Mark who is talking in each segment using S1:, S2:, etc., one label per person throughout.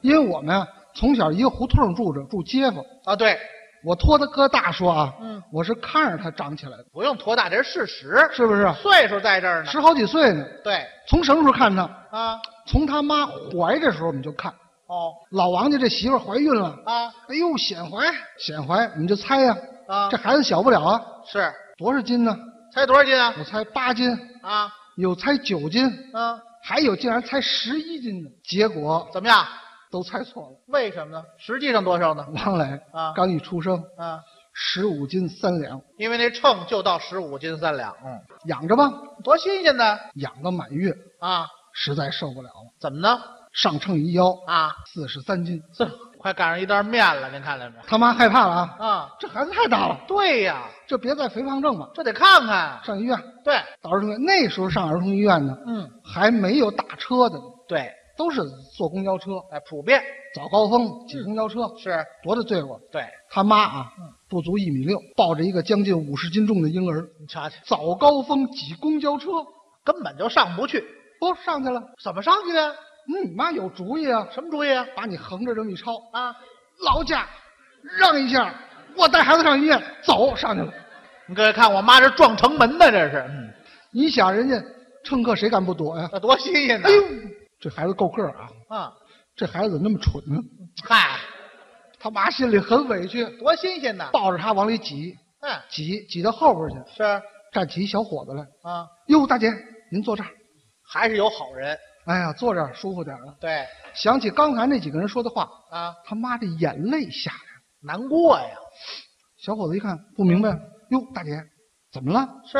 S1: 因为我们啊从小一个胡同住着，住街坊。
S2: 啊，对，
S1: 我托他哥大说啊，
S2: 嗯，
S1: 我是看着他长起来的，
S2: 不用托大，这是事实，
S1: 是不啊是？
S2: 岁数在这儿呢。
S1: 十好几岁呢，
S2: 对
S1: 从什么时候看他？
S2: 啊，
S1: 从他妈怀的时候我们就看，
S2: 哦
S1: 老王家这媳妇儿怀孕了，
S2: 啊
S1: 哎呦显怀显怀，你就猜呀、
S2: 啊
S1: 这，孩子小不了啊，
S2: 是
S1: 多少斤呢？
S2: 猜多少斤啊？
S1: 我猜八斤，
S2: 啊
S1: 有猜九斤，
S2: 嗯，
S1: 还有竟然猜十一斤的，结果
S2: 怎么样？
S1: 都猜错了。
S2: 为什么呢？实际上多少呢？
S1: 王磊
S2: 啊
S1: 刚一出生
S2: 啊，
S1: 十五斤三两，
S2: 因为那秤就到十五斤三两，嗯，
S1: 养着吧，
S2: 多新鲜呢
S1: 养到满月，
S2: 啊！
S1: 实在受不了了，
S2: 怎么呢？
S1: 上秤一腰
S2: 啊，
S1: 四十三斤，
S2: 这快赶上一袋面了，您看见没有？
S1: 他妈害怕了啊，
S2: 啊，
S1: 这孩子太大了，
S2: 对呀，
S1: 这别再肥胖症了，
S2: 这得看看。
S1: 上医院。
S2: 对，
S1: 到儿童医院那时候上儿童医院呢，
S2: 嗯，
S1: 还没有打车的呢，
S2: 对，
S1: 都是坐公交车，
S2: 哎，普遍
S1: 早高峰挤公交车，
S2: 是，
S1: 多大罪过？
S2: 对，
S1: 他妈啊
S2: 嗯，
S1: 不足一米六，抱着一个将近五十斤重的婴儿，
S2: 你瞧瞧，
S1: 早高峰挤公交车，
S2: 根本就上不去，
S1: 不上去了。
S2: 怎么上去的呀？
S1: 嗯，你妈有主意啊，
S2: 什么主意啊？
S1: 把你横着这么一抄，
S2: 啊，
S1: 劳驾，让一下，我带孩子上医院，走上去了。
S2: 你各位看，我妈这撞城门呢，这是，嗯，
S1: 你想人家乘客谁敢不躲呀、
S2: 那多新鲜呢
S1: 哎！呦，这孩子够个儿啊，
S2: 啊，
S1: 这孩子怎么那么蠢呢、
S2: 嗨，
S1: 他妈心里很委屈，
S2: 多新鲜呢！
S1: 抱着他往里挤，
S2: 嗯，
S1: 挤挤到后边去，
S2: 是
S1: 站起一小伙子来，
S2: 啊，
S1: 哟，大姐，您坐这儿。
S2: 还是有好人。
S1: 哎呀，坐这儿舒服点儿啊。
S2: 对
S1: 想起刚才那几个人说的话，
S2: 啊，
S1: 他妈这眼泪下来了。
S2: 难过呀，
S1: 小伙子一看不明白，哟，大姐，怎么了？
S2: 是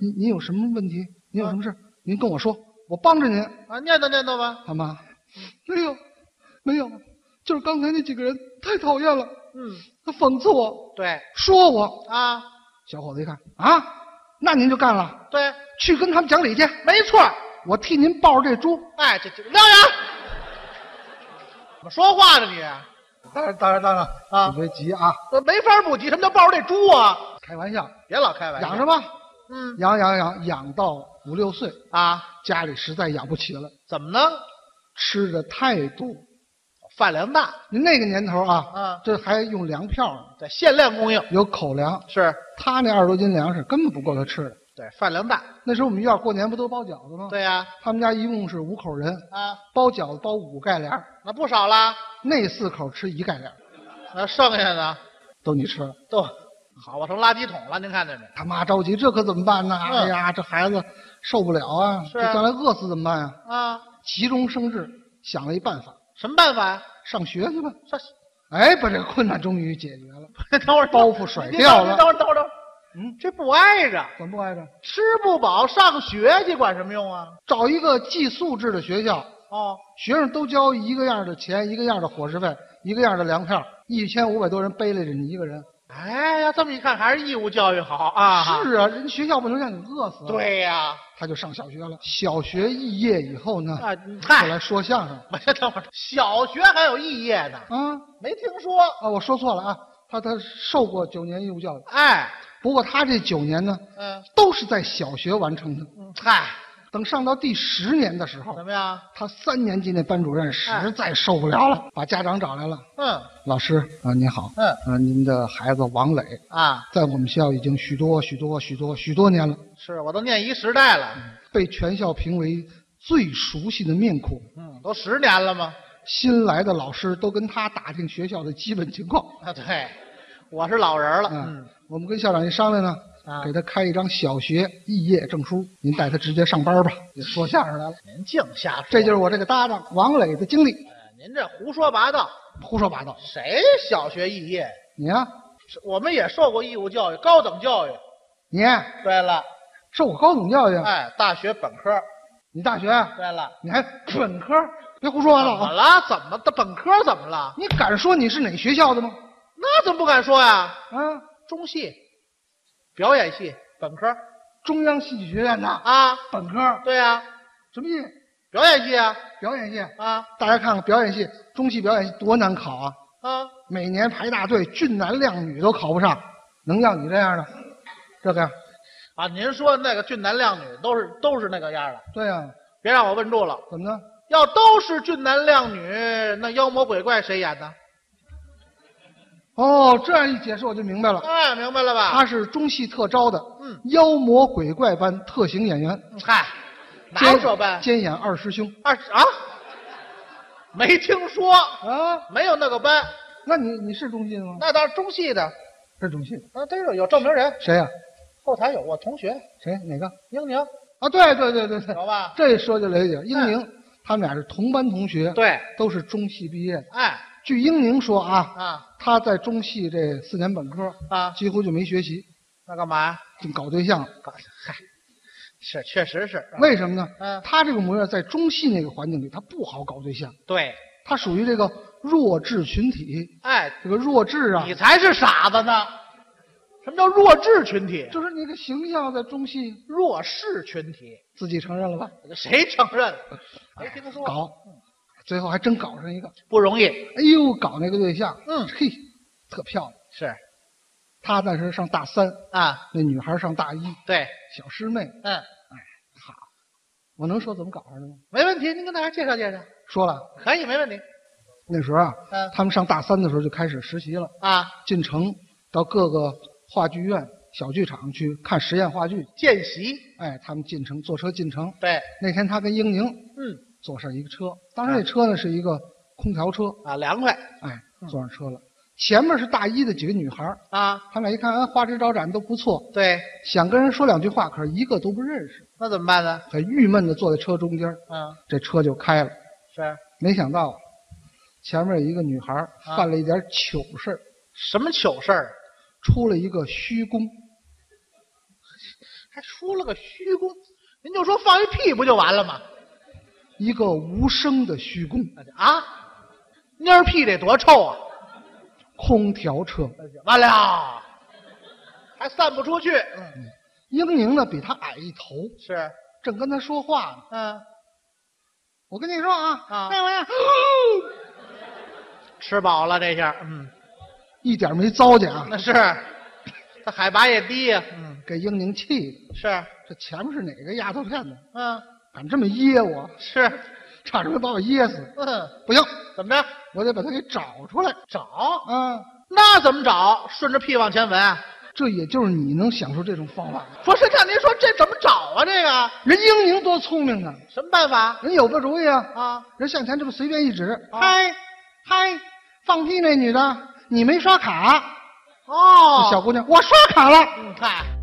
S1: 您您有什么问题？您有什么事儿？您跟我说，我帮着您。
S2: 啊，念叨念叨吧。
S1: 他妈， 没有，没有，就是刚才那几个人太讨厌了，
S2: 嗯，
S1: 他讽刺我，
S2: 对
S1: 说我。
S2: 啊，
S1: 小伙子一看啊，那您就干了，
S2: 对，
S1: 去跟他们讲理去。
S2: 没错儿。
S1: 我替您抱着这猪。
S2: 哎，这这亮亮，怎么说话呢你？
S1: 当然，当然，当然
S2: 啊
S1: 你别急啊，
S2: 这没法不急，什么叫抱着这猪啊？
S1: 开玩笑，
S2: 别老开玩笑。
S1: 养着吧，
S2: 嗯
S1: 养养养养到五六岁，
S2: 啊，
S1: 家里实在养不起了，
S2: 怎么呢？
S1: 吃的太多。
S2: 饭量大，
S1: 您那个年头啊，
S2: 嗯
S1: 这还用粮票呢，
S2: 对，限量供应
S1: 有口粮。
S2: 是，
S1: 他那二十多斤粮食根本不够他吃的。
S2: 对，饭量大。
S1: 那时候我们院过年不都包饺子吗？，
S2: 对呀、
S1: 他们家一共是五口人，
S2: 啊，
S1: 包饺子包五盖帘儿，
S2: 那不少啦。
S1: 那四口吃一盖帘儿，
S2: 那剩下的
S1: 都你吃了。
S2: 都好，我成垃圾桶了，您看见没？
S1: 哎他妈着急，这可怎么办呢？
S2: 嗯
S1: 哎呀，这孩子受不了啊！
S2: 是
S1: 这
S2: 啊
S1: 将来饿死怎么办呀、
S2: 啊，
S1: 急中生智，想了一办法，
S2: 什么办法呀？
S1: 上学去吧。
S2: 上，
S1: 哎，把这个困难终于解决了。
S2: 等会儿
S1: 包袱甩掉了
S2: 您等会儿，等会儿，等会儿。
S1: 嗯，
S2: 这不挨着，
S1: 怎么不挨着？
S2: 吃不饱上学去管什么用啊？
S1: 找一个寄宿制的学校，
S2: 哦，
S1: 学生都交一个样的钱，一个样的伙食费，一个样的粮票，一千五百多人背了着你一个人。
S2: 哎呀，这么一看还是义务教育好啊。，
S1: 是啊，人家学校不能让你饿死。，啊
S2: 对呀、
S1: 他就上小学了。小学肄业以后呢，
S2: 啊，
S1: 后来
S2: 嗨，
S1: 说相声
S2: 我先等会儿，小学还有肄业呢，
S1: 啊
S2: 没听说。
S1: 啊，我说错了啊，他他受过九年义务教育，
S2: 哎，
S1: 不过他这九年呢，
S2: 嗯，
S1: 都是在小学完成的。
S2: 嗯嗨，
S1: 等上到第十年的时候
S2: 怎，么样？
S1: 他三年级那班主任实在受不了了，把家长找来了。
S2: 嗯
S1: 老师啊，您好，
S2: 嗯
S1: 啊，您的孩子王磊
S2: 啊，
S1: 在我们学校已经许多许多许多许多年了，
S2: 是我都念一时代了，
S1: 被全校评为最熟悉的面孔。
S2: 嗯，都十年了吗？
S1: 新来的老师都跟他打听学校的基本情况。
S2: 啊，对，我是老人了，嗯，
S1: 我们跟校长一商量呢，
S2: 啊
S1: 给他开一张小学肄业证书，您带他直接上班吧。也说相声来了，
S2: 您净瞎说，
S1: 这就是我这个搭档王磊的经历。
S2: 哎您这胡说八道，
S1: 胡说八道，
S2: 谁小学肄业？
S1: 你啊，
S2: 是我们也受过义务教育、高等教育。
S1: 你
S2: 对了，
S1: 受过高等教育，
S2: 哎，大学本科。
S1: 你大学
S2: 对了，
S1: 你还本科，别胡说八
S2: 怎
S1: 道
S2: 么
S1: 啊！
S2: 了？怎么的？本科怎么了？
S1: 你敢说你是哪学校的吗？
S2: 那怎么不敢说呀？
S1: 啊，
S2: 中戏，表演系本科
S1: 中央戏剧学院的
S2: 啊？
S1: 本科，
S2: 对呀、
S1: 什么系？
S2: 表演系啊
S1: 表演系。
S2: 啊
S1: 大家看看表演系，中戏表演系多难考啊！
S2: 啊！
S1: 每年排大队，俊男靓女都考不上，能要你这样的？这个，
S2: 啊，您说那个俊男靓女都是都是那个样儿的，
S1: 对呀、
S2: 别让我问住了。
S1: 怎么呢？
S2: 要都是俊男靓女，那妖魔鬼怪谁演呢？
S1: 哦，这样一解释我就明白了，
S2: 哎，明白了吧？
S1: 他是中戏特招的，
S2: 嗯，
S1: 妖魔鬼怪般特型演员，
S2: 嗨，哪
S1: 兼
S2: 有这班？
S1: 兼演二师兄
S2: 二啊，没听说，
S1: 啊？
S2: 没有那个班。
S1: 那你你是中戏的吗？
S2: 那当然中戏的，
S1: 是中戏，
S2: 啊，对了，有证明人，
S1: 谁呀、
S2: 后台有我同学
S1: 谁哪个？
S2: 英宁，
S1: 啊，对对对对对，
S2: 有吧？
S1: 这说就理解。英宁他们俩是同班同学，
S2: 嗯对，
S1: 都是中戏毕业的。
S2: 哎
S1: 据英宁说啊，
S2: 啊
S1: 他在中戏这四年本科
S2: 啊，
S1: 几乎就没学习，
S2: 那干嘛呀？
S1: 就搞对象了。
S2: 搞嗨，是确实是，
S1: 为什么呢？
S2: 嗯
S1: 他这个模样在中戏那个环境里，他不好搞对象，
S2: 对，
S1: 他属于这个弱智群体。
S2: 哎，
S1: 这个弱智啊
S2: 你，才是傻子呢！什么叫弱智群体？
S1: 就是你个形象在中戏
S2: 弱势群体，
S1: 自己承认了吧？
S2: 谁承认？没听说，
S1: 搞，最后还真搞上一个。
S2: 不容易。
S1: 哎呦，搞那个对象，
S2: 嗯
S1: 嘿，特漂亮。
S2: 是
S1: 他那是上大三，
S2: 啊，
S1: 那女孩上大一，
S2: 对，
S1: 小师妹。
S2: 嗯，
S1: 我能说怎么搞上的吗？
S2: 没问题。您跟大家介绍介绍，
S1: 说了，
S2: 可以，没问题。
S1: 那时候啊，
S2: 嗯
S1: 他们上大三的时候就开始实习了，
S2: 啊，
S1: 进城到各个话剧院、小剧场去看实验话剧。
S2: 见习，
S1: 哎，他们进城坐车进城。
S2: 对，
S1: 那天他跟英宁
S2: 嗯，
S1: 坐上一个车，当时那车呢是一个空调车，
S2: 啊，凉快
S1: 哎，
S2: 嗯
S1: 坐上车了。前面是大一的几个女孩儿，
S2: 啊，
S1: 他们俩一看，哎，花枝招展都不错，
S2: 对，
S1: 想跟人说两句话，可是一个都不认识，
S2: 那怎么办呢？
S1: 很郁闷的坐在车中间儿。
S2: 嗯，
S1: 这车就开了，
S2: 是
S1: 没想到前面有一个女孩儿
S2: 啊
S1: 犯了一点糗事儿，
S2: 什么糗事儿？啊
S1: 出了一个虚功。
S2: 还出了个虚功，您就说放一屁不就完了吗？
S1: 一个无声的虚功，
S2: 啊，蔫儿屁得多臭啊！
S1: 空调车。
S2: 完了，还散不出去。嗯，
S1: 英宁呢比他矮一头，
S2: 是，
S1: 正跟他说话呢。
S2: 嗯，
S1: 我跟你说啊，
S2: 啊
S1: 那玩意儿
S2: 吃饱了这下，嗯，
S1: 一点没糟践啊，
S2: 那是， 这海拔也低呀，嗯，
S1: 给英宁气的。
S2: 是，
S1: 这前面是哪个丫头片子，
S2: 嗯，
S1: 敢这么噎我，
S2: 是，
S1: 差点没把我噎死。
S2: 嗯，
S1: 不行，
S2: 怎么着？
S1: 我得把他给找出来
S2: 找？
S1: 啊！
S2: 那怎么找？顺着屁往前闻啊？
S1: 这也就是你能想出这种方法的。
S2: 不是，那您说这怎么找啊？这个
S1: 人英宁多聪明啊，
S2: 什么办法
S1: 人有个主意啊，
S2: 啊？
S1: 人向前这么随便一指，
S2: 啊
S1: 嗨嗨，放屁那女的，你没刷卡。这
S2: 哦，
S1: 小姑娘，我刷卡了。
S2: 嗯，嗨。